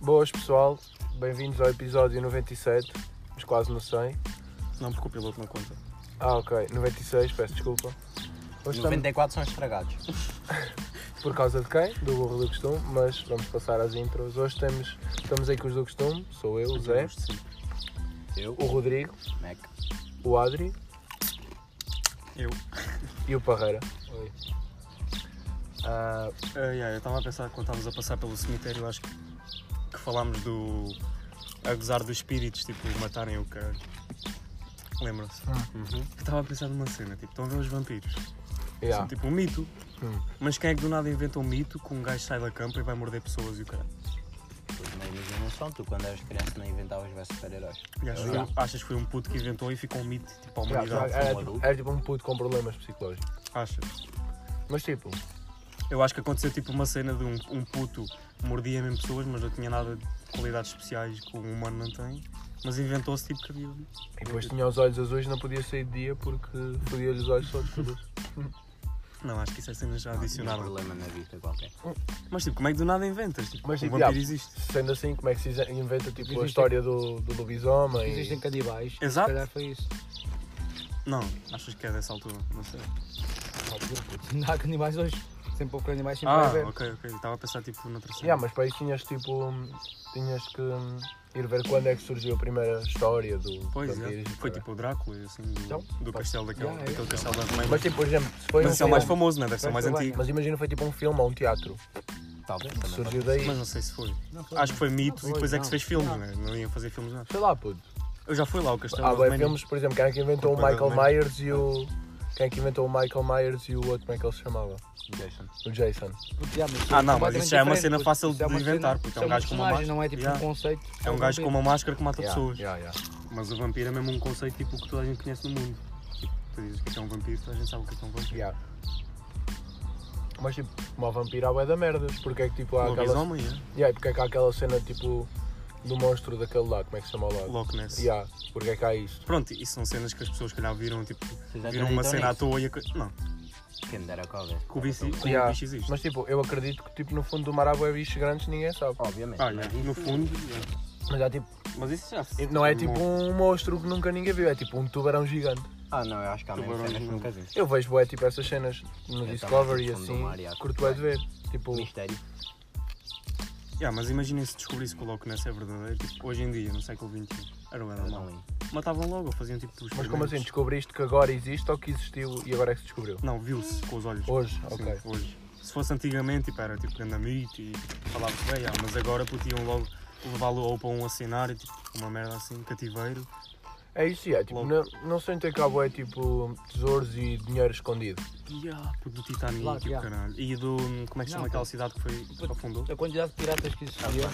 Boas pessoal, bem-vindos ao episódio 97, mas quase no 100. Não, porque o piloto não conta. Ah, ok, 96, peço desculpa. Hoje estamos 94 são estragados. por causa de quem? Do burro do costume, mas vamos passar às intros. Hoje temos, estamos aí com os do costume, sou eu, o Zé, Eu, o Rodrigo, Mac. o Adri Eu. e o Parreira. Oi. Ah, Ah, yeah, eu estava a pensar quando estávamos a passar pelo cemitério, acho que, que falámos do. a gozar dos espíritos, tipo, matarem o cara. Lembram-se? Uhum. Eu Estava a pensar numa cena, tipo, estão a ver os vampiros? yeah. São tipo um mito. Hum. Mas quem é que do nada inventa um mito que um gajo sai da campa e vai morder pessoas e o cara? Pois não, mas eu não são. Tu quando eras criança não inventavas versos super-heróis. E achas, Yeah. que foi- achas que foi um puto que inventou e ficou um mito, tipo, à Yeah, humanidade? era, um tipo, adulto. era tipo um puto com problemas psicológicos. Achas? Mas tipo, Eu acho que aconteceu tipo uma cena de um, um puto mordia mesmo pessoas, mas não tinha nada de qualidades especiais que um humano não tem. Mas inventou-se tipo que havia. e depois tinha os olhos azuis não podia sair de dia porque fodia-lhe os olhos todos. por isso. Não, acho que isso é cena já Tinha um adicionada. problema na vida qualquer. Mas tipo, como é que do nada inventas? Tipo, Mas, um tipo, vampiro já- existe. Sendo assim, como é que se inventa tipo, a Existem- história do, do lobisomem? e- Existem canibais. Exato. Se calhar foi isso. Não, achas que é dessa altura? Não sei. Não há canibais hoje. Sempre pouco canibais, sempre vai Ah, haver. ok, ok. Estava a pensar tipo noutra cena. Yeah, mas para isso tinhas tipo. hum, Tinhas que hum, ir ver quando é que surgiu a primeira história do tá Pois é. vampiros e Foi caralho. tipo o Drácula, e assim, do, Então, do castelo daquele, yeah, é. daquele castelo da Romênia. Mas Mas, tipo, por exemplo, se foi um esse é o filme, mais famoso, né? Deve ser o mais Mas também- antigo. Mas imagina foi tipo um filme ou um teatro. Talvez que também. Surgiu daí. Mas não sei se foi. Não foi, Acho que foi não. mito Não e foi, depois é que se não. fez filmes, Não. né? Não iam fazer filmes nada. Sei lá, puto. Eu já fui lá, o castelo Há da bem Romênia. filmes, por exemplo, quem é que inventou o Culpa da Michael Alemanha. Myers e o. Quem é que inventou o Michael Myers e o outro, como é que ele se chamava? Jason. O Jason. Porque, já, mas Ah, não, mas completamente isso já é uma diferente, cena puto. fácil Isso é de uma inventar, cena- porque é isso um gajo com uma personagem, máscara. Não é tipo Yeah. um conceito. É um gajo com uma máscara que mata pessoas. Yeah, yeah, yeah. Mas o vampiro é mesmo um conceito tipo que toda a gente conhece no mundo. Tipo, tu dizes o que é que é um vampiro, toda a gente sabe o que é que é um vampiro. Yeah. Mas tipo, uma vampira é da merdas. Porque é que tipo há Um aquela. lobisomem, é? Yeah, e porque é que há aquela cena tipo do monstro daquele lá, como é que se chama o lago? Loch Ness. Yeah, porque é que há isto? Pronto, isso são cenas que as pessoas, se calhar, viram, tipo, Vocês viram uma acreditam cena à nisso? toa e... ac- Não, Quem me dera que houvesse. que o bicho, que o Yeah, bicho existe. Mas tipo, eu acredito que tipo, no fundo do mar há bué bichos grandes ninguém sabe. Obviamente. Ah, yeah, mas isso- no fundo... yeah. Mas há tipo, Mas isso já... se- não é um tipo monte. um monstro que nunca ninguém viu, é tipo um tubarão gigante. Ah, não, eu acho que há mesmo Tubarões cenas que no- nunca vi. Eu vejo bué tipo essas cenas no Eu Discovery e também, tipo, fundo assim, do mar, yeah, curto tudo bué de ver. Tipo, Mistério. um- Yeah, mas imaginem se descobrisse que o Loch Ness é verdadeiro, tipo, hoje em dia, no século XXI. Era o Eu não normal. li. Matavam logo, ou faziam tipo... mas como assim, experimentos. descobriste que agora existe ou que existiu e agora é que se descobriu? Não, viu-se com os olhos. Hoje, Sim, ok. hoje. Se fosse antigamente, tipo, era tipo grande mito e falava-se bem, ah, mas agora podiam logo levá-lo ou para um cenário, tipo, uma merda assim, cativeiro. É isso, yeah, tipo, Logo. não, não sei ter cabo é tipo tesouros e dinheiro escondido. E ah, pô, do Titanic Claro, e o yeah. caralho. E do. Como é que se chama Não, aquela cidade que foi que afundou? A quantidade de piratas que existia e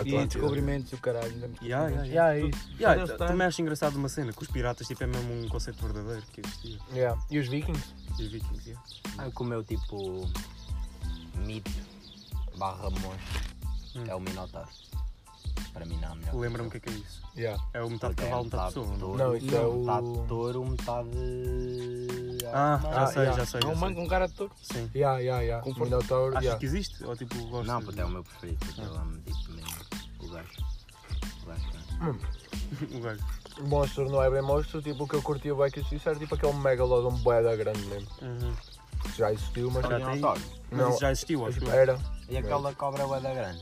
Atlântida. descobrimentos do caralho. Ah, Yeah, yeah, yeah. Yeah, é isso. Yeah, Deus, tá. também acho engraçado uma cena, que os piratas tipo, é mesmo um conceito verdadeiro que existia. Yeah. E os vikings? E vikings, yeah. Ah, que o meu tipo. mito barra monstro Hum. é o Minotauro. Para mim não há melhor. Lembra-me o que é que é isso? Yeah. É o metade Porque é cavalo, metade pessoa. não? touro. Não, isso é o- Metade touro, metade. Ah, já Ah, sei, yeah. já sei. É um já manco sei. com cara de touro. Sim. Yeah, yeah, yeah. Com força. Minotauro, Achas yeah. que existe? Ou tipo, gostas? Não, puto, é o meu preferido, porque Ah. eu amo tipo mesmo o gajo. O gajo que o gajo. tipo- Monstro não é bem monstro, tipo o que eu curtia bem que existisse era tipo aquele megalodon boeda grande mesmo. Uhum. que Já existiu, mas Já é. tem? Minotauro. Mas Não. isso já existiu, acho tipo, eu. era. E aquela cobra é bué da grande.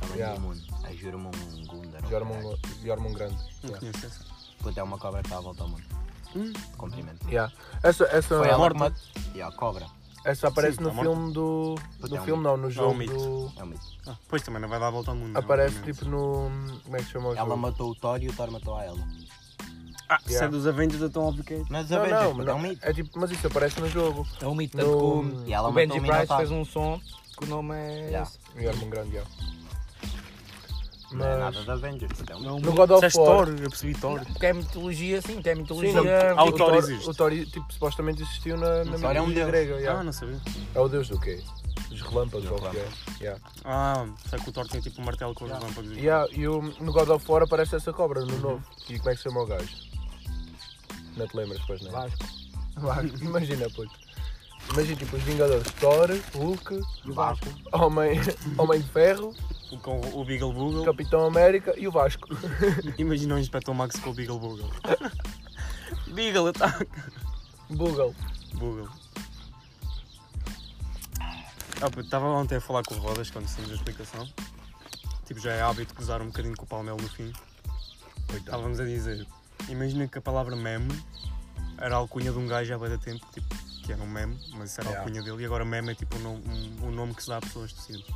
Também Yeah. do mundo. É A Jurmungunda. Jormungand. Jormungand. Não Yeah. conheço essa. Puto, é uma cobra que está à volta ao mundo. Hum. Cumprimento. Yeah. Essa, essa, Foi ela morta. que matou. E a cobra. essa aparece Sim, no tá morta. filme do. Puta, No é um filme não, no jogo mito. do. É um mito. Ah, pois também não vai dar a volta ao mundo. não é? Aparece Obviamente. tipo no. Como é que se chama o Ela jogo? matou o Thor e o Thor matou a ela. Ah, se Yeah. é dos Avengers, então óbvio que é. Mas a Não, Avengers, não, puto, é um não, mito. é tipo, mas isso aparece no jogo. É um mito. Tanto No- que o- E ela o matou Benji o Price Minotauro. fez um som que o nome é... Yeah. esse. Jormungand, um yeah. Não é Mas. nada da Avengers, puto, é um mito. Não, No God of Disseste War. Thor, eu percebi Thor. Porque é mitologia, sim, porque é Sim, mitologia... não, Ah, o o Thor Thor, existe. o Thor, tipo, supostamente existiu na, na O Thor é um mitologia deus. grega. yeah. Ah, não sabia. É o deus do quê? Dos relâmpagos, Do ou o que é? Yeah. Ah, sei que o Thor tem tipo um martelo com os Yeah. relâmpagos. E é há- e o, no God of War aparece essa cobra, no novo. E como é que se chama o gajo? Não te lembras depois, não é? Vasco. Vasco. Imagina, puto. Imagina, tipo, os Vingadores. Thor, Hulk, Vasco. Homem, Homem de Ferro, com o Beagle Boogle. Capitão América e o Vasco. Imagina o Inspector Max com o Beagle Boogle. Beagle tá. ataque! Google. Google. Ah, Estava ontem a falar com o Rodas quando fizemos a explicação. Tipo, já é hábito gozar um bocadinho com o palmel no fim. Estávamos a dizer, imagina que a palavra meme era a alcunha de um gajo há bué de tempo, tipo, que era um meme, mas isso era a Yeah. alcunha dele, e agora meme é tipo um, nome- um, um nome que se dá a pessoas deficientes.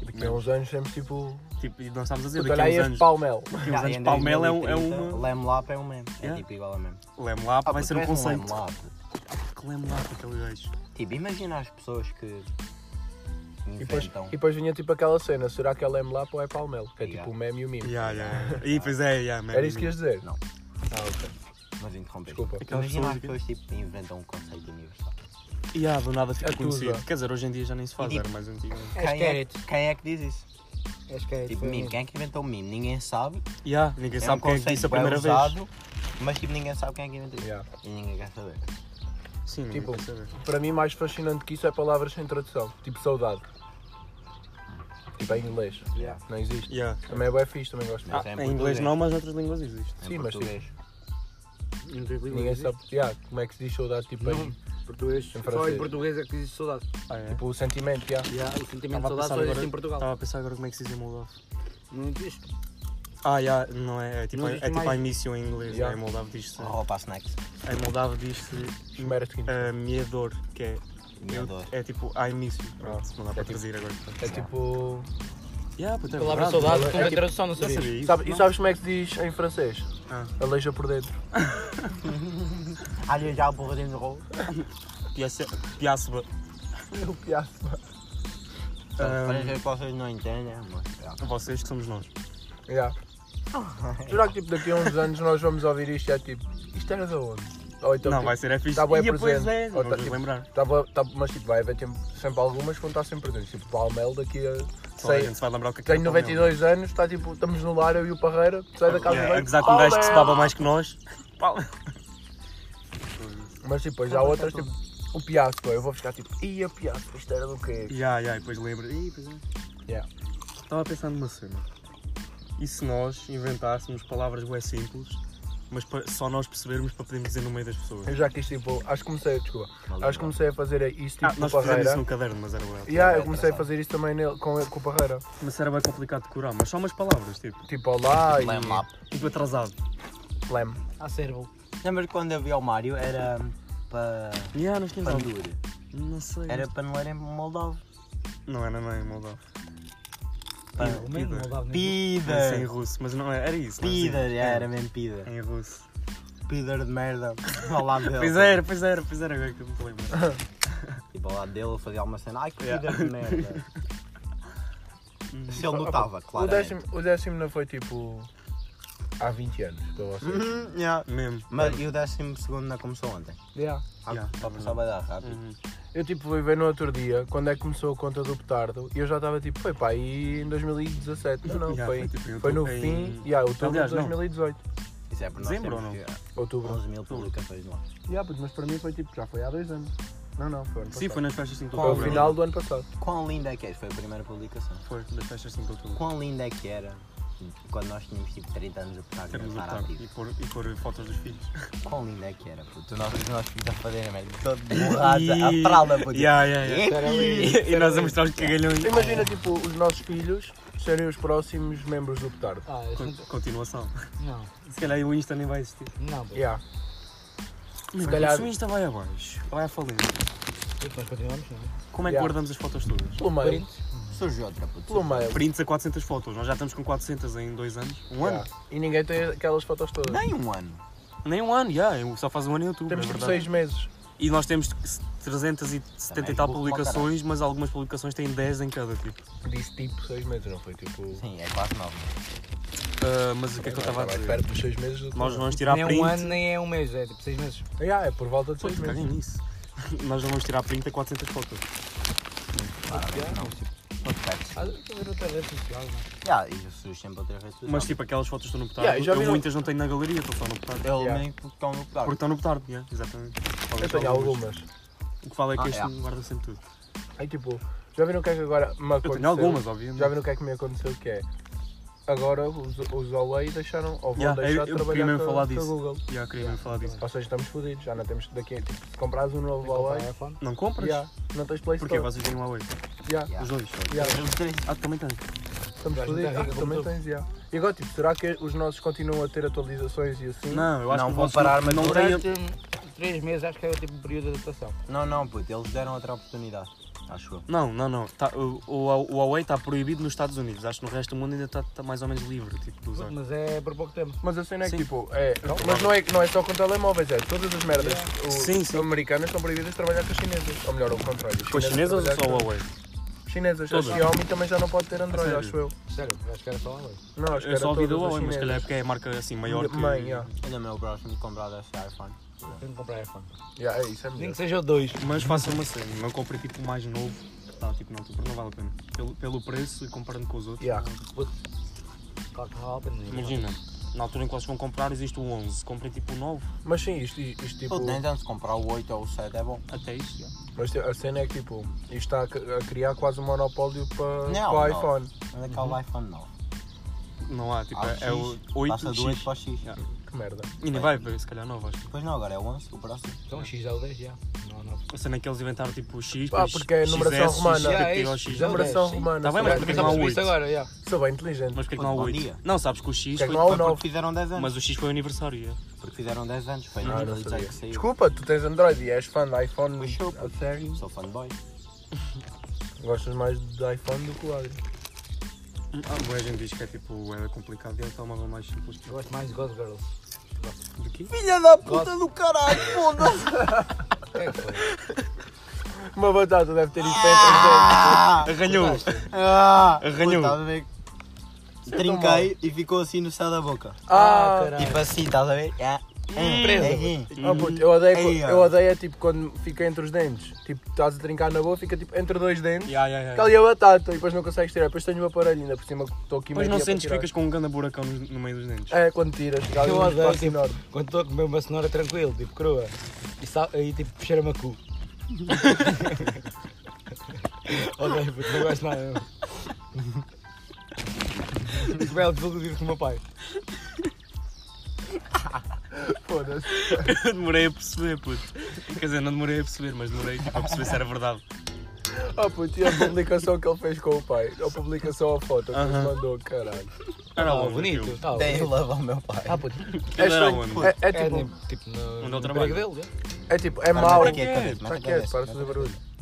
E daqui a uns anos temos tipo. Tipo, e nós estávamos a dizer, Olha daqui a aí uns este anos, palmel. daqui a uns anos palmel é, um, é uma... Lemlap é um meme. Yeah. É tipo igual a meme. Lemlap Ah, vai puto, ser um é és conceito. lemlap. Que lemlap, aquele gajo. Tipo, imagina as pessoas que E depois, inventam. e depois vinha tipo aquela cena, será que é leme lá ou é palmel? Que é Então. Yeah. tipo o meme e o mime. Yeah, yeah, yeah. E pois é, yeah, meme. Era isso que ias dizer? Não. Ah, ok. Mas interromper. Desculpa. Aquelas Imagina pessoas as que- pessoas tipo, inventam um conceito universal. E ah, do nada fica É tudo, conhecido. é. Quer dizer, hoje em dia já nem se faz, E tipo- era mais antigo. né? Quem é, Esquerito. quem é que diz isso? Acho que é Tipo, foi- meme. Quem é que inventou o meme? Ninguém sabe. E ah, ninguém sabe quem é que disse a um bué primeira vez. usado, Mas tipo, ninguém sabe quem é que inventou isso. Yeah. E ninguém quer saber. Sim, ninguém Tipo, quer saber. Para mim, mais fascinante que isso é palavras sem tradução, tipo saudade. Tipo em inglês. Yeah. Não existe. Yeah. Também é bem fixe, também gosto. Ah, É Mas é em em inglês português. não, mas noutras línguas existe. Em Sim, mas tipo, português. Ninguém sabe yeah, como é que se diz saudade, tipo, Não, em, português. Em só francês. em português é que existe saudade. Ah, é? tipo o sentimento. Yeah. E há o sentimento de Estava saudade a pensar só existe agora- em Portugal. estava a pensar agora como é que se diz em Moldavo. Não existe. Ah, yeah, não é. É tipo, Não é, existe tipo mais. a início em inglês. Yeah. é, Em Moldavo diz-se. Roupa, snacks. Em Moldavo diz-se. Esmera-te, Quinto. Uh, miedor, que é. Minha dor. É tipo a início. Pronto, não dá para É tipo- traduzir agora. É tipo. Yeah, puta, é Palavra verdade. saudade, É com a tipo- tradução, não Já sabia. sabia isso. Sabe- e não? sabes como é que se diz em francês? Ah. Aleija por dentro. Olha já um o porra dentro do rolo. Piace- Piaceba. Eu piaço. Então, Parece que vocês não entendem, mas. yeah. Vocês que somos nós. Então, Yeah. Será que tipo, daqui a uns anos nós vamos ouvir isto e é tipo, isto era de onde? Ou então, Não, tipo, vai ser é fixe. tá bué E depois presente. é, Ou tá, não vamos tipo, lembrar. tá bué- tá- mas tipo, vai haver tempo, sempre algumas que vão estar sempre presentes. Tipo, Palmel daqui a. Só a Sei, gente se vai lembrar o que é que tenho era Palmel. 92 anos, está tipo, estamos no lar, eu e o Parreira, sai da casa Yeah, dele, a gozar com um gajo que se Palmel! baba mais que nós. Palmel. Mas tipo, depois há outras, tipo, o Piaço, eu vou ficar tipo, ia Piaço, isto era do quê? Ya, ya, e depois lembra. Ih, pois é. Yeah. Estava a pensar numa cena. E se nós inventássemos palavras bué simples, mas pa- só nós percebermos para podermos dizer no meio das pessoas? Eu já quis tipo, acho que comecei, desculpa, acho que comecei a fazer isso tipo Ah, com o nós fizemos isso Parreira. no caderno, mas era bué. E yeah, eu comecei a fazer isso também nele, com, ele- com o Parreira. Mas era bem complicado de curar, mas só umas palavras, tipo, Tipo, olá e. Lemlap. tipo atrasado. Lem. Acervo. Lembras quando havia o Mário? Era hum, para. Ya, nós tínhamos algo. Pandura. Não sei. Era paneleiro em Moldavo. Não era nem em moldavo. Pá, o Pida. mesmo, não dava Era nem- em Pida! russo, mas não é, era, era isso. não Pida! assim. Já era mesmo pida. Em russo. Pida de merda. Ao lado dele. Pois era, pois era, pois era, agora que eu me lembro. Tipo, ao lado dele fazia alguma cena. Ai que Yeah. pida de merda. Se ele notava, claro. O décimo, o décimo não foi tipo. Há 20 anos, para vocês. Uhum. Mesmo. é. Mas e o décimo segundo não começou ontem? Ah, Yeah. Yeah, Só é passar a dar rápido. Uhum. Eu tipo fui ver no outro dia, quando é que começou a conta do petardo, e eu já estava tipo, foi pá, aí em 2017. Não, não, Yeah, foi, foi, tipo, em foi no outubro- fim, em- yeah, outubro Aliás, de não. 2018. Isso é por nós Dezembro temos ou não? que- Outubro. 11 mil publicações lá. Ah. Yeah, puto, mas para mim foi tipo, já foi há dois anos. Não, não, foi ano passado. Sim, foi nas festas 5 de Foi o outubro. final do ano passado. Quão linda é que és? Foi a primeira publicação. Foi das festas 5 de outubro. Quão linda é que era quando nós tínhamos tipo 30 anos a pegar Termos no o Parativo? e pôr, e pôr fotos dos filhos. Quão linda é que era, puto. Nós, nós filhos a fazer a merda. Todo borrado, a fralda, puto. Yeah, yeah, yeah. Epi! é E nós a mostrar os cagalhões. Imagina tipo os nossos filhos serem os próximos membros do petardo. Ah, isso Con- Continuação. não. Se calhar o Insta nem vai existir. Não, não. Yeah. Se calhar- o Insta vai abaixo, vai à falência, Nós continuamos, não é? como é que Yeah. guardamos as fotos todas? Pelo meio. Prints. Surge outra, puto. Pelo meio. Prints a 400 fotos, nós já estamos com 400 em dois anos. Um ano? Yeah. E ninguém tem aquelas fotos todas. Nem um ano. Nem um ano, yeah. eu- só faz um ano em outubro. Temos é tipo verdade. seis meses. E nós temos 370 e Também tal burro pra publicações, mas algumas publicações têm 10 em cada tipo. Disse tipo seis meses, não foi tipo. Sim, é quase nove. Ah, mas o que é que eu Estava estava a à dizer? espera dos seis meses do Nós não. vamos tirar nem é print. um ano, nem é um mês, é tipo seis meses. Yeah, é por volta de seis Pô, caguem meses. nisso. Nós não vamos tirar print a 400 fotos. Perfeito. Ah, deixa eu ver outra rede social, não. Já, e surge sempre outra vez. tudo. Mas tipo, aquelas fotos que estão no petardo. Yeah, já eu viram- muitas não tenho na galeria, estão só no petardo. Ele Yeah. nem porque estão no Porque pedaço. estão no petardo, yeah, exatamente. Eu tenho algumas. O que fala é que Ah, este yeah. guarda sempre tudo. Aí tipo, Já viram o que é que agora me Eu aconteceu? tenho algumas, obviamente. Já viram o que é que me aconteceu? Que é. Agora os, os Huawei deixaram, ou vão Yeah, deixar eu- eu de trabalhar queria mesmo com, falar com a disso. Google. Já queria mesmo falar disso. Ou seja, estamos fodidos, já não temos daqui. Tipo, se comprares um novo é? Huawei, iPhone. Não compras? yeah, não tens Play Porquê? Store. Vocês têm um Huawei? Yeah, Yeah. Os dois? yeah, Os três? Ah, também tens. estamos Já, fodidos. já, Ah, já, também já. tens, yeah. E agora, tipo, será que os nossos continuam a ter atualizações e assim? Não, eu acho não que vão vocês parar, mas não têm... durante... Três meses acho que é o tipo de período de adaptação. Não, não, puto, eles deram outra oportunidade. Acho eu. Não, não, não. Tá, o, o- o Huawei está proibido nos Estados Unidos. Acho que no resto do mundo ainda está mais ou menos livre, tipo, de usar. Mas é por pouco tempo. Mas a cena é que, Sim. tipo, é, mas não é, não é só com telemóveis, é todas as merdas o- Sim, sim. americanas são proibidas de trabalhar com as chinesas. Ou melhor, ao contrário. as Com as chinesas ou trabalhar só o Huawei? com- Chinesas. Todas. A Xiaomi também já não pode ter Android, sério? acho eu. Sério, acho que era só agora. Não, acho que Eu era só ouvi do todas as Huawei, mas se calhar é chinesas. porque é a marca assim maior que... Mãe, yeah. Olha, meu próximo comprar deste iPhone. Tipo, Tenho que comprar iPhone. Yeah, é isso, é Nem que melhor. seja o dois. Mas faça uma cena, eu comprei tipo o mais novo, tá, tipo na altura não vale a pena. Pelo, pelo preço e comparando com os outros. Yeah. Coca Open. Imagina, na altura em que eles vão comprar existe o 11, comprei tipo o 9, Mas sim, isto, isto tipo. Puto, nem tanto se comprar o 8 ou o 7 é bom. até isso. yeah. Mas te- a cena é que tipo, isto está a c- a criar quase um monopólio para Não, o não. iPhone. Mas é aquele iPhone não. Não há, Uhum. tipo, Há é, é o Ah, X, Passa do 8 para 8X. o X. Yeah. Que merda. E nem vai ver, se calhar 9, acho. Depois não, agora é o 11, o próximo. Então X é o 10 já. Não, não. A cena é que eles inventaram tipo o X, Ah, depois porque é a XS, numeração romana. XPT Yeah, ou é isso. X. Já- Numeração dez, sim. romana. Tá bem, mas sou porque bem- não há Estamos oito. isto agora, já. Sou bem inteligente. Mas porquê que não há Bom 8? dia. Não, sabes é que o X Porque foi. tipo, não há o Porque 9. fizeram 10 anos. Mas o X foi o aniversário. é. yeah. Porque fizeram 10 anos, foi em Ah, não 2018 sabia. que saiu. Desculpa, tu tens Android e és fã do iPhone. Pois sou, A sério? Sou fanboy. Gostas mais do iPhone do que o Adri. Ah, boa, a gente diz que é tipo, é complicado e é o telemóvel mais simples que Eu gosto mais de God Girl. É, Do quê? Filha da puta do caralho, foda-se! É, Uma batata deve ter ido para Arranhou! Ah, Arranhou. puta, estás a ver? Trinquei e ficou assim no céu da boca. Ah, caralho. Tipo assim, estás a ver? É. Presa. entre os dentes. Ah, puto, eu odeio, Ei, ó. eu odeio é tipo quando fica entre os dentes. Tipo, estás a trincar na boa, fica tipo entre dois dentes. Ya, ya, ya. Fica ali a batata e depois não consegues tirar. Depois tenho o aparelho ainda por cima que estou aqui Mas meio não dia para sentes que tirar. ficas com um grande buracão nos- no meio dos dentes. É, quando tiras. Fica ali Eu um odeio, espaço tipo, enorme. Quando estou a comer uma cenoura tranquilo, tipo crua, e, sal, e tipo cheira-me a cu. Odeio, puto, não gosto nada. mesmo. E como é o divulgativo do meu pai? Foda-se. Eu demorei a perceber, puto. Quer dizer, não demorei a perceber, mas demorei tipo, a perceber se era verdade. Ah, puto, e a publicação que ele fez com o pai? A publicação, a foto que ele Aham. mandou, caralho. Era Ah, longe bonito. aquilo. tá Tem bonito. love ao meu pai. Ah, puto. É, Aquilo era estranho. é, onde? é É, tipo, tipo, tipo no, Onde no ele trabalha. emprego dele, né? já. é tipo, é Mas mau. mete aqui a cabeça, mete Está a quieto, um cabeça, para de mete a fazer barulho.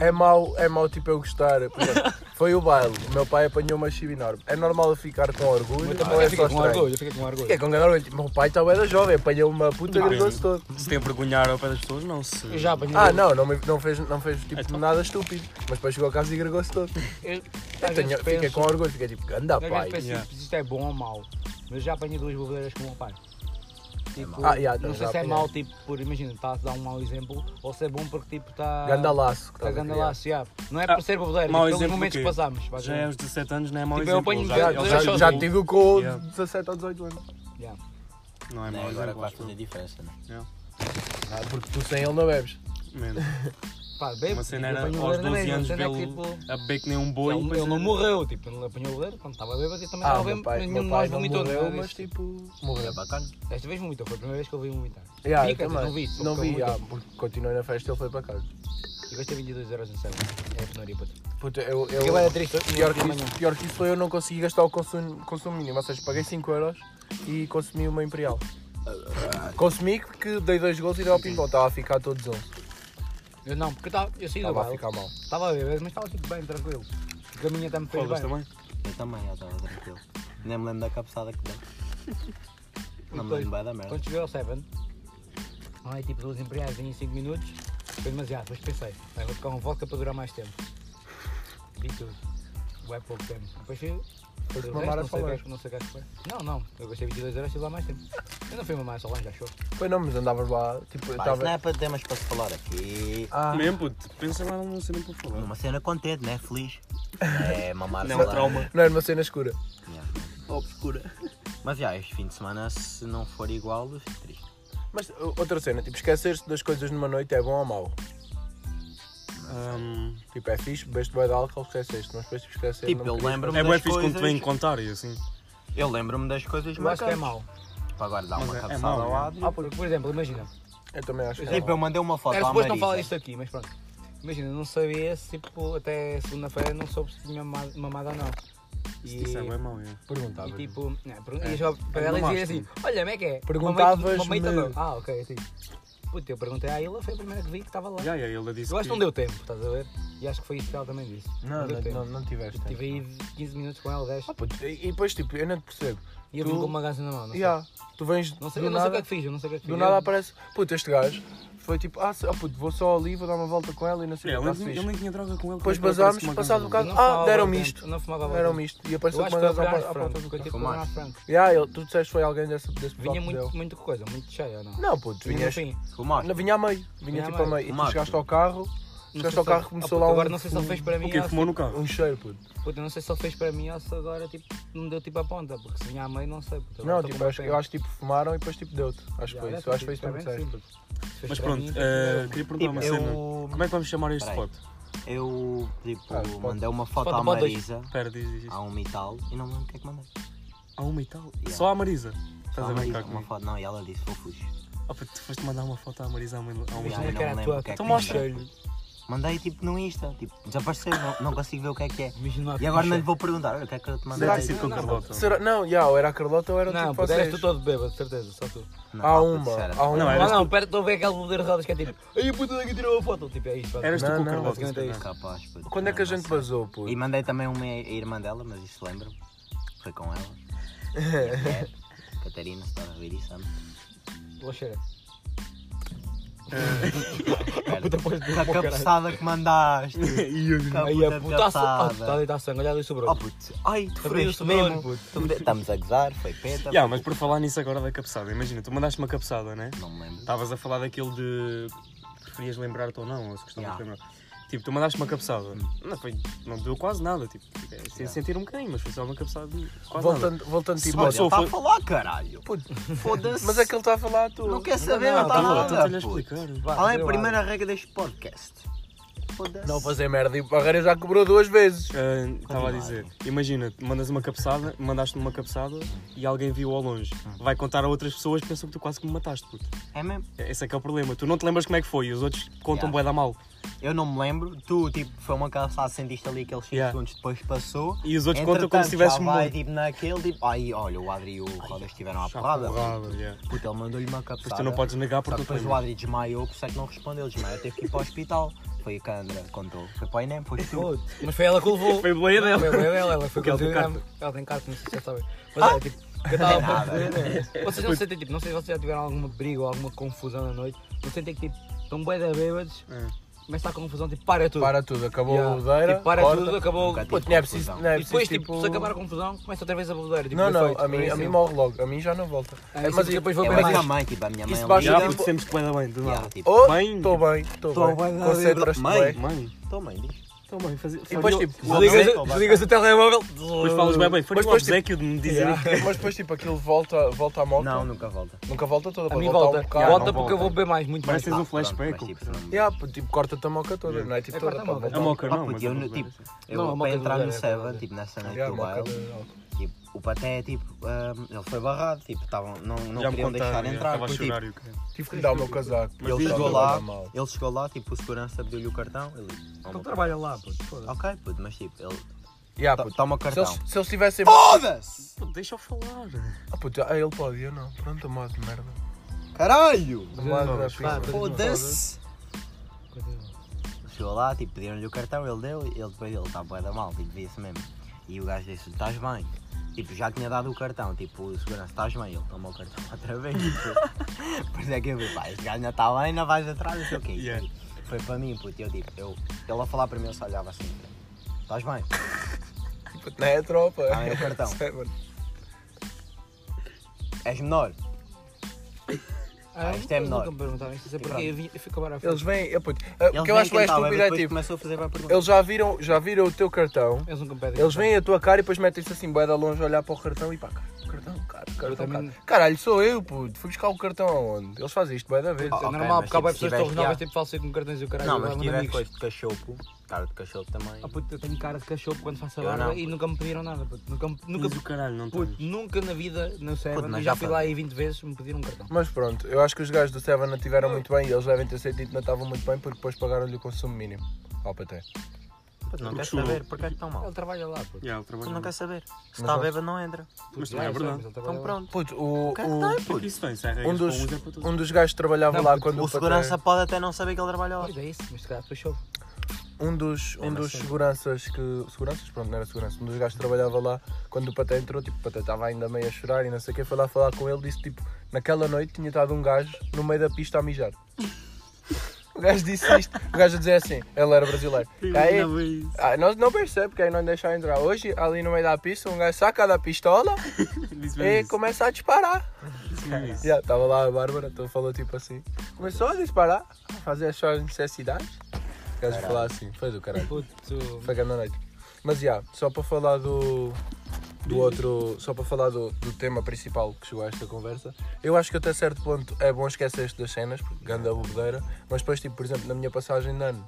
É mau, é mau tipo eu gostar. Por exemplo, Foi o baile, o meu pai apanhou uma chibi enorme. É normal eu ficar com orgulho Eu ou também é fico só com estranho? orgulho, eu fico com orgulho. É com grande orgulho. Tipo, Meu pai estava era jovem, apanhou uma puta e Não. grudou-se todo. Se tem a vergonhar ao pé das pessoas, não se. Eu já apanhei. Ah, não, não, me- não fez, não fez tipo, Então. nada estúpido. Mas depois chegou a casa e gregou-se todo. Eu, Eu às vezes tenho, fiquei penso- com orgulho, fiquei tipo, É. anda Às vezes pai. penso Yeah. se isto é bom ou mau, mas eu já apanhei duas bobeiras com o meu pai. Tipo, Ah, yeah, não já sei se é apanhei. mau, tipo, por imagina, está a dar um mau exemplo, ou se é bom porque tipo está. Ganda laço. tá que Está estás a ganda criar. laço, yeah. Não é Ah, por ser bobeira, mau mas pelos exemplo do momentos quê? que passámos. Já é aos 17 anos, não é mau Tipo, eu exemplo. apanho Ele Já, Eu ele já, sou- já tive com Yeah. 17 ou 18 anos. um- Yeah. Não é mau Não, agora exemplo, que vai acho fazer eu. diferença, né? Ah, porque tu sem ele não bebes. Mano, Pá, bebo, Uma cena tipo, era apanho aos bobeira na 12 mesma, anos cena é que, vê-lo tipo, a beber que nem um boi. Ele, depois- ele não morreu, tipo, ele apanhou o bobeira, quando estava bêbado, eu também Ah, estava meu bêbado, pai, mas nenhum meu de pai nós não vomitou. morreu, nenhum mas disse. tipo... É Morreu. bacana. Desta vez vomitou, foi a primeira vez que eu vi vomitar. Yeah, eu Dica, também. não vi, só Não que vi, eu- ah, porque continuei na festa e ele foi para casa. E gastei 22 euros no céu. É a penaria, puto. Puta, eu, eu, Fiquei bem triste. pior, que amanhã. isso, pior que isso foi eu não consegui gastar o consumo, consumo mínimo, ou seja, paguei 5 euros e consumi uma Imperial. Consumi porque dei dois gols e dei ao pinball, estava a ficar todos 11, Eu não, porque eu tava- eu saí estava do a baile, Tá, ficar mal. estava a beber, mas estava tipo bem, tranquilo. O caminho até me fez Fodas bem. também. Eu também, eu estava tranquilo. Nem me lembro da cabeçada que deu. Não me Depois, lembro bem da merda. Quando cheguei ao Seven, ai tipo duas imperiais em 5 minutos, foi demasiado, depois pensei, bem, vou tocar um vodka para durar mais tempo. E tudo. Ué, pouco tempo. Depois fui. Depois fui de o mamar a resto, não sei o falar. que- não sei o que é que foi. Não, não, eu gastei 22 euros e lá mais tempo. Eu não fui mamar só longe, achou? Foi não, mas andavas lá, tipo, eu Pá, isso não estava... é para temas para se falar aqui. Tá. Ah, Mesmo, puto. Pensa lá numa cena para falar. Numa cena contente, né? Feliz. É mamar Não, falar. trauma. não era uma cena escura. Yeah. Mas já, este fim de semana, se não for igual, eu fico triste. Mas uh, outra cena, tipo, esquecer-se das coisas numa noite é bom ou mau? Ahm, Tipo, é fixe, bebeste bem de álcool, esqueceste, mas depois te esquecer. Tipo, eu lembro-me é bem das fixe quando te vêm coisas. contar e assim. Eu lembro-me das coisas Eu acho que é marcantes. mau. Para agora dar Mas uma é- é cabeçada mau, ao é. lado. Ah, por, por exemplo, imagina. Eu também acho que é Tipo, eu mandei uma foto Era à suposto não Marisa. falar disto aqui, mas pronto. Imagina, não sabia se tipo, até segunda-feira não soube se tinha ma- mamado ou não. E, Isso é bem mau, é. perguntava. e tipo, não, pergun- É. e só para ela não dizer acho, assim, olha, como é que é? Perguntavas-me- Mamei- mamei também. Ah, ok, assim. Puta, eu perguntei à Ilha, foi a primeira que vi que estava lá. Já, já, ele disse Eu acho que não que- deu tempo, estás a ver? E acho que foi isso que ela também disse. Não, deu não, tempo. não, não tiveste. Eu tive aí 15 minutos com ela, 10. Ah, puto, e, e depois, tipo, eu não te percebo. E eu tu- vim com uma gaja na mão, não sei. Yeah, tu vens Não sei, do eu não sei o que é nada, que fiz, eu não sei o que é que fiz. do nada Eu- aparece. Puto, este gajo foi tipo, ah, se- ah, puto, vou só ali, vou dar uma volta com ela e não sei É, o ele que. nem tá tinha- fixe. ele nem tinha droga com ele. Depois como é que basámos, aparece uma passado um bocado, gaja Eu maluca? não fumava Ah, há deram-me muito isto. tempo, Não fumava há muito Deram-me tempo. isto. E Eu apareceu acho com que uma foi gaja Brás à Franco, porta que eu do tive café. com o Brás Franco. Yeah, ele, tu disseste que foi alguém desse, desse Vinha bloco muito, dele. muito coisa, muito cheia ou não? Não, puto, Vinha no vinhas. fim. Fumaste? Não, vinha a meio. Vinha Vinha a tipo a meio. meio. E tu Fumaste. chegaste ao carro, Não chegaste sei ao se ele- carro, começou Ah, lá puto, um- Agora não sei se ele fez para mim O quê? ou se- Fumou no carro? um cheiro, puto. Puta, não sei se ele fez para mim ou se agora tipo, não deu tipo a ponta, porque se vinha à meio não sei. puta, agora Não, estou tipo, com uma acho, pena. eu acho que tipo, fumaram e depois tipo deu-te. Acho que foi Já, isso. Acho que foi isso está que tu me bem, disseste. sim, puto. Se fez Mas para pronto, mim, eh, queria perguntar uma Tipo, eu- cena. Como é que vamos chamar este Peraí. spot? Eu, tipo, Ah, pode- mandei uma foto pode- à pode- Marisa, Espera, diz, diz isto. a um e tal, e não me lembro o que é que mandei. Há uma e tal. Yeah. Só a Marisa. Estás À a Marisa, brincar uma comigo? foto. Não, e ela disse, fofos. Ah, pá, tu foste mandar uma foto à Marisa há uma há um uma- Yeah. Imagina não que me era a lembro tua o que é que Toma o mandei. cheiro. Mandei, tipo, no Insta, tipo, desapareceu, não, não consigo ver o que é que é. Imagina lá E com agora o não lhe cheiro. vou perguntar, olha, o que é que eu te mandei? Deve Será ter que- tipo, sido com a Carlota. Será- Não, já, ou era a Carlota ou era o tipo Não, de puto, eras tu vocês. todo bêbado, de certeza, só tu. Não, Há pá, uma, puto, sério. há Não, uma. eras Ah não, tu. pera, estou a ver aquele modelo de rodas que é tipo, aí a puta daqui tirou a foto, tipo, é isto. Eras tu Não, com não, o Carlota. basicamente é se isso. calhar. Capaz, puto, Quando é que a não gente sei. basou, E puto? mandei também uma à irmã dela, mas isso lembro-me. Foi com ela. É, Catarina, se estás a ver isso antes. Oh, Vou cheirar. Espera. Depois de Que Tá cabeçada que mandaste! Que Aí a puta cabeçada. tá está ali, está sangue, olha ali o sobrou. Oh puto, ai, tu Também fodeste o sobrou, mesmo! puto. Tu fodeste- Estamos a gozar, foi peta. Yeah, mas por falar nisso agora da cabeçada, imagina, tu mandaste uma cabeçada, né? Não me lembro. Estavas a falar daquilo de preferias lembrar-te ou não, ou se costumas Yeah. Hum. lembrar. Tipo, tu mandaste uma cabeçada. Não, foi, não deu quase nada, tipo, é, sem Yeah. sentir um bocadinho, mas foi só uma cabeçada de quase nada. Voltando, voltando tipo. Olha, olha, só Está foi- tá a falar, caralho! puto, Foda-se! Mas é que ele está a falar tu. Não quer saber, Ah, não não, está tá a bom, Carlota, estou-te nada! a puto. explicar. Vá, Qual é a tira o primeira regra deste podcast? Foda-se! Não fazer merda. E o Barreira já cobrou duas vezes. Ah, Estava a Continuar. dizer, imagina, tu mandas uma cabeçada, mandaste-me uma cabeçada e alguém viu ao longe. Hum. Vai contar a outras pessoas, pensam que tu quase que me mataste, puto. É mesmo? Esse é que é o problema. Tu não te lembras como é que foi e os outros contam Yeah. bué da mal. Eu não me lembro. Tu, tipo, foi uma calçada, sentiste ali aqueles 5 Yeah. segundos, depois passou. E os outros contam como se Entretanto, já tivesse vai, morto. tipo, naquele, tipo, ai, olha, o Adri e o Rodas tiveram à porrada. Porrada, yeah. Puta, ele mandou-lhe uma cabeçada. Mas tu não podes negar Só que porque tu depois o Adri desmaiou, por isso é que não respondeu. Desmaiou, teve que ir para o hospital. Foi a Candra, contou. Foi para o Enem, foste tu. Puto, Mas foi ela que o levou. Foi boleia dela. Foi boleia dela, ela foi Porque ela tem conduzida- Ela tem carta, não sei se vocês sabem. Mas olha, tipo, eu estava Tem a nada. fazer. Vocês não sentem, tipo, não sei se vocês já tiveram alguma briga ou alguma confusão na noite. Não sentem que, tipo, estão bué da bêbados, É. começa a confusão, tipo, para tudo. Para tudo, acabou Yeah. a bodeira. Tipo, para corta. tudo, acabou. Nunca Puto, tive não é preciso. confusão. não é E depois, preciso, tipo, se acabar a confusão, começa outra vez a bodeira. Tipo, Não, não, efeito, a mim, a mim assim. morre logo. A mim já não volta. Ah, É, isso mas depois vou É ver a mais. minha mãe, tipo, a minha mãe isso é basta- Já, linda. Sim, porque sempre que bem, do Yeah, nada. tipo, Oh, Mãe. estou bem, estou Tô bem. bem, Concentras-te mãe. bem. Mãe, Tua mãe, diz. então mãe, fazia. depois, fazia- tipo, Desligas- Desligas o telemóvel. Depois falas bem, bem, foi Mas um depois, obsequio de me dizer Yeah. Mas depois, tipo, aquilo volta, volta à moto. Não, nunca volta. Nunca volta toda, A pode mim voltar volta. um Yeah, bocado. Volta não porque eu vou beber mais, muito mais. Parece- Tens um Ah, pronto, flashback, mas, tipo, ou- não- Yeah, pô, tipo, corta-te a moca toda, Yeah. não é? Tipo, É, toda corta a moca. pá, a moca, Ah, não, mas puto, eu, alguma no- coisa tipo, assim. eu Não, a moca para do entrar lugar no é Seven, verdade. tipo, nessa noite Yeah, do moca baile, de álcool. tipo, o Paté, tipo, hum, ele foi barrado, tipo, tavam, não, não Já me contaram, queriam deixar yeah, entrar, estava a porque, tipo, chorar e o quê? Tive que lhe dar o meu casaco. Mas ele diz chegou lá, lá, mal. ele chegou lá, tipo, o segurança deu-lhe o cartão, ele, Então toma, trabalha lá, puto. foda-se. ok, puto, mas tipo, ele, Yeah, to- Ah, puto. toma o Tá, Se cartão, eles, se eles tivessem. foda-se, Pô, Deixa eu falar. Ah, puto, ah, ele pode, eu não. Pronto, amado de merda. caralho, Amado Não, da mas pizza. pá, foda-se, Continua. chegou lá, tipo, pediram-lhe o cartão, ele deu, ele depois, ele está bué da mal, tipo, via-se mesmo, e o gajo disse, estás bem, tipo, já tinha dado o cartão, tipo, o segurança, estás bem, ele toma o cartão outra vez, tipo, por isso é que eu vi, pá, este gajo não está bem, não vais atrás, não sei o quê, Yeah. foi para mim, puto, eu, tipo, eu, ele a falar para mim, eu só olhava assim, estás bem, Puto, Não é tropa. Ah, é o cartão. Seven. és menor, Ah, isto é eles menor. Nunca me perguntaram isto, não sei porquê. Eu, vim- eu fico agora à frente. Eles vêm. ah, puto, ah, O Eles que eu vêm acho que é tentar, estúpido tá, mas é depois tipo. começam a fazer bem perguntas. Eles já viram, já viram o teu cartão. Eles nunca me pedem. Eles vêm a tua cara e depois metem-se assim, boeda longe, a olhar para o cartão e pá, cara. cartão, cara, cartão, também- cara. Caralho, sou eu, puto. Fui buscar o cartão aonde? Eles fazem isto, vai da vez. Ah, É ok, normal, mas porque há bué se pessoas que tiveres estão novas, que tipo, falseios com cartões e o caralho. Não, eu mas era um tiver amigo. coisa de cachopo, cara de cachopo também. Ah, puto, eu tenho cara de cachorro quando faço a Eu não, barba e puto. nunca me pediram nada, puto. Nunca, me- nunca, Mas o caralho, não puto, tens. nunca na vida, não sei, Puto, mas mas já já fui foi. lá aí 20 vezes me pediram um cartão. Mas pronto, eu acho que os gajos do Seven a tiveram muito bem e eles devem ter sentido que não estavam muito bem porque depois pagaram-lhe o consumo mínimo. Ao PT. Puto, não Porque quer sou- saber porque é que estão mal. Ele trabalha lá, puto. Yeah, ele Tu trabalha não lá. quer saber. Se Mas está não- bêbado, não entra. Mas Já, também é eu sei, mas verdade. ele trabalha Então lá. pronto. Puto, o, O cara tem, o, O que isso tem? Se há um, regras para dos, uns é para todos. um dos gajos que trabalhava Não, lá puto, quando O Paté- segurança pode até não saber que ele trabalha lá. Pois é isso, mas se calhar depois chove. Um dos, um Mesmo dos assim. seguranças que. Seguranças? Pronto, não era segurança. Um dos gajos que trabalhava lá, quando o Paté entrou, tipo, o Paté estava ainda meio a chorar e não sei o que, foi lá falar com ele disse tipo, naquela noite tinha estado um gajo no meio da pista a mijar. O gajo disse isto, o gajo a dizer assim, ele era brasileiro. Aí, ah, nós não percebe, porque aí não deixaram entrar. Hoje, ali no meio da pista, um gajo saca da pistola e começa a disparar. isso. Já, estava lá a Bárbara, então falou tipo assim. Começou a disparar, a fazer as suas necessidades. O gajo falou assim, foi do caralho. Puto, Foi grande noite. Mas já, só para falar do. Do outro, só para falar do, do tema principal que chegou a esta conversa, eu acho que até certo ponto é bom esquecer-te das cenas, porque ganda bobedeira, mas depois, tipo, por exemplo, na minha passagem de ano,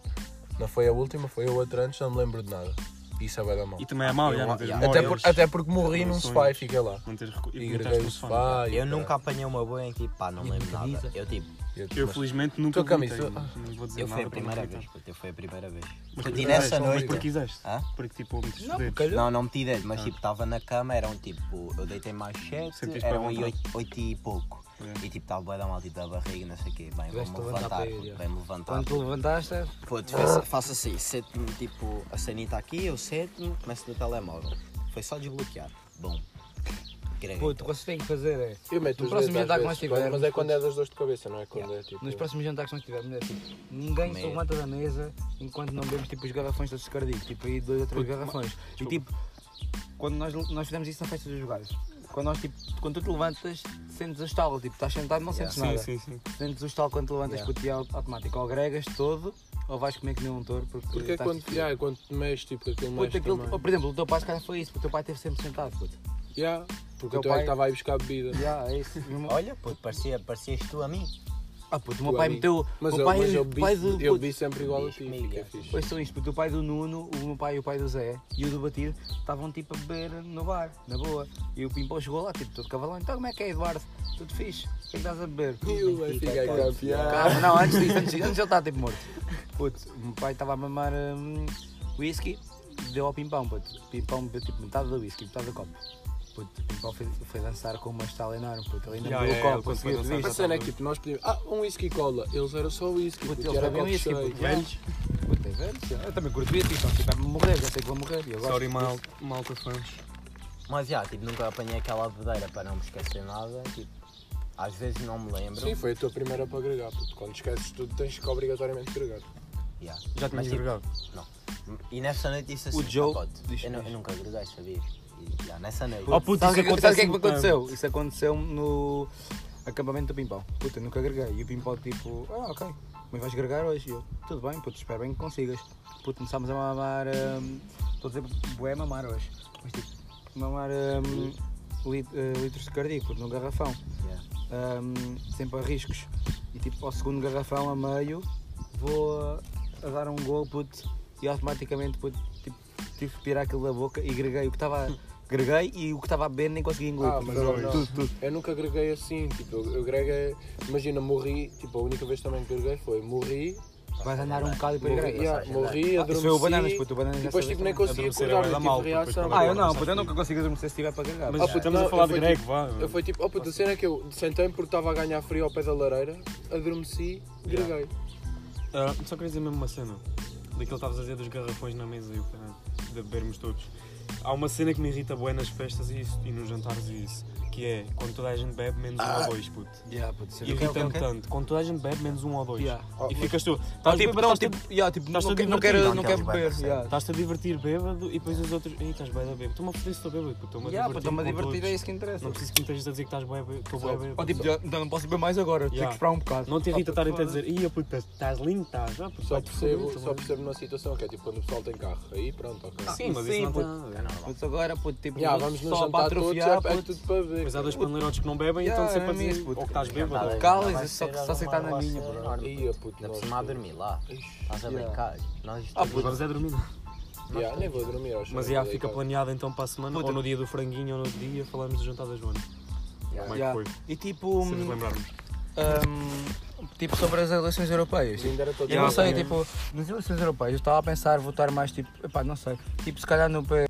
não foi a última, foi a outra antes, não me lembro de nada. Isso é bem da mão. E também é mau, já não tens Até Até, memórias, por- até porque morri não num são- sofá e fiquei lá. Não tens recu- E e greguei gritaste o no sofá. sofá. e Eu o nunca caralho. apanhei uma boa em que, pá, não me lembro nada. Eu tipo, Eu felizmente nunca Tua camisa, vomitei, ah. não vou dizer eu fui a nada para não primeira gritar. vez, puto, eu fui a primeira vez. Mas Puto, porque E nessa quiseste, noite. Porque quiseste. Hã? Porque tipo, me Não, dedos. calhou. Não, não meti dedo, mas tipo, estava na cama, eram tipo, eu deitei mais Sentiste 7, para eram vontade? 8 e pouco. É. E tipo, estava bué da mal, tipo, da barriga, não sei o quê. Bem, Tiveste de vou-me levantar levantar, para ir, puto, já. bem, me levantar. quando tu levantaste, Puto, faço, faço assim, sento-me, tipo, a sanita aqui, eu sento-me, começo no telemóvel. Foi só desbloquear. Bom. Grego. puto, o que vocês têm que fazer é. Eu meto No os próximo dedos às jantar que vezes, nós tivermos, Mas é quando é puto. das dores de cabeça, não é? Quando Yeah. é tipo. Nos próximos jantares que nós tivermos, é tipo, ninguém se Comer. levanta da mesa enquanto não bebemos tipo os garrafões todos cardíacos, tipo aí dois ou três garrafões. E tipo, quando nós, nós fizemos isso na festa dos jogados, quando, nós, tipo, quando tu te levantas, sentes o estalo, tipo, estás sentado, não sentes Sim, nada. sim, sim. Sentes o estalo quando te levantas, Yeah. puto, e é automático. Ou agregas todo, ou vais comer que nem um touro, porque, Porque é estás, quando, tipo, yeah, é quando te mexes, tipo, aquilo mexe Puto, aquilo- também. ou, por exemplo, o teu pai se calhar foi isso, porque o teu pai esteve sempre sentado, puto. Yeah, porque Teu o teu pai pai- estava aí buscar bebida. Yeah, é isso. Olha, puto, parecia, parecias tu a mim. Ah, puto, o meu Tu, pai amigo. meteu. Mas, o eu, pai, mas é eu, o bi, pai do. eu puto, bi sempre igual a ti, Diz-me, fica yeah. fixe. Pois são isto, puto, o pai do Nuno, o meu pai e o pai do Zé e o do Batido estavam tipo a beber no bar, na boa. E o Pimpão chegou lá, tipo, todo cavalão. Então como é que é, Eduardo? Tudo fixe? O que é que estás a beber? E o Benfica é Puto, campeão. Calma, não, antes disso, antes, disso, antes ele estava tipo morto. Puto, o meu pai estava a mamar hum, whisky, deu ao Pimpão, puto. O Pimpão bebeu tipo metade do whisky, metade do copo. Puto, o Pimpão foi, foi dançar com uma estala enorme, puto. Ele ainda Ya, bebeu ya, o ya, copo, quando foi conseguiu dançar, A cena é que tipo, nós pedimos, ah, um whisky cola. Eles eram só whisky, Puto, porque eles era bebem copo whisky, cheio. puto, velhos. Puto, é velhos. Eu também curto whisky, só se vai morrer, já sei que vou morrer. e Eu gosto. Sorry, mal, malta fãs. Mas já, tipo, nunca apanhei aquela bebedeira para não me esquecer nada. Tipo, às vezes não me lembro. Sim, foi a tua primeira para agregar, puto. Quando esqueces tudo, tens que obrigatoriamente agregar. Yeah. Já Mas, tinhas tipo, drogado? E nessa noite disse assim, Joe "Ah, puto, disse eu, nu- isso. eu nunca agreguei, sabias? E, já, nessa noite. Oh, puto, Sabe isso o que- acontece sabe o que é que me muito aconteceu? Isso aconteceu no acampamento do Pimpão. Puta, nunca agreguei. E o Pimpão, tipo, ah, ok, mas vais agregar hoje. E eu, tudo bem, puto, espero bem que consigas. Puto, começámos a mamar. hum, Estou a dizer, bué mamar hoje. Mas tipo, mamar hum, lit- eh, litros de cardíaco, puto, num garrafão. Yeah. Hum, sempre a riscos. E tipo, ao segundo garrafão, a meio, vou a, a dar um gol, puto, e automaticamente, puto, tipo, tive que tirar aquilo da boca e greguei o que estava. Greguei e o que estava a beber nem consegui engolir. Ah, puto. mas eu, não. eu nunca agreguei assim, tipo, eu eu agreguei, imagina, morri, tipo, a única vez também que agreguei foi morri, Vais andar um bocado e depois morri, gregas. yeah, morri, Ah, adormeci, isso é o Bananas, puto, o Bananas e já depois sabe tipo nem também. consegui Adormecer é acordar, tive bué da mal, depois reação. quando Ah, eu não, Sabes puto, eu nunca porquê? consigo adormecer se estiver para gregar. Mas Ah, puto. puto, estamos não, a falar eu de fui grego, tipo- vá. Eu fui tipo, oh puto, a cena é que eu sentei-me porque estava a ganhar frio ao pé da lareira, adormeci, greguei. Ah, só queria dizer mesmo uma cena. Daquilo que estavas a dizer dos garrafões na mesa e o caralho, de bebermos todos. Há uma cena que me irrita bué nas festas e, isso, e nos jantares e isso, que é quando toda a gente bebe menos um Ah. ou dois, puto. Yeah, puto, isso é do Irrita-me que- tanto. Quando toda a gente bebe menos um ou dois. Yeah. Oh, E ficas tu. Estás Estás tipo, tipo, não, estás tipo, tipo, yeah, tipo, estás não, todo não quero, divertido, não não quero queres beber. beber, Yeah, Estás-te a divertir bêbado e depois os outros. Ei, estás bem a beber. Estou-me a foder se estou bêbado, puto. Estou-me a Yeah, divertir. puto, estou-me a com divertir, todos. é isso que interessa. Não preciso que me estejas a dizer que estás bem a beber. Estou bem a beber. Ou tipo, já- não posso beber mais agora, tenho que Yeah. esperar um bocado. Não te irrita Ah, estar puto, a dizer, ia puto, estás lindo, estás. Ah, puto, Só vai-te percebo, foder, só também. Ah, percebo numa situação que é tipo quando o pessoal tem carro, aí pronto, ok. Sim, mas isso não tem. é normal. Mas agora, puto, tipo, Yeah, vamos no só para jantar todos, é, atrofiar, é puto. tudo para ver. Mas há dois paneirotes que não bebem, Yeah, então sempre a é isso, dizer puto. ou que estás tá bêbado ou... Calem-se, só que- só aceitar na minha, bro. Ia, Ainda puto, por nós- cima a dormir lá. Estás a Yeah. brincar. Nós isto Ah, tudo- puto, Vamos é dormir. Yeah, nem vou dormir, acho. é Mas Não já vou fica deitar. planeado então para a semana, Puta. ou no dia do franguinho, ou no outro dia, falamos do jantar da Joana. Como é que yeah. foi? E tipo, Se nos lembrarmos. hum, tipo, sobre as eleições europeias. Ainda era todo né? Eu não Yeah, sei, ok. tipo, nas eleições europeias eu estava a pensar votar mais tipo, epá, não sei, tipo se calhar no P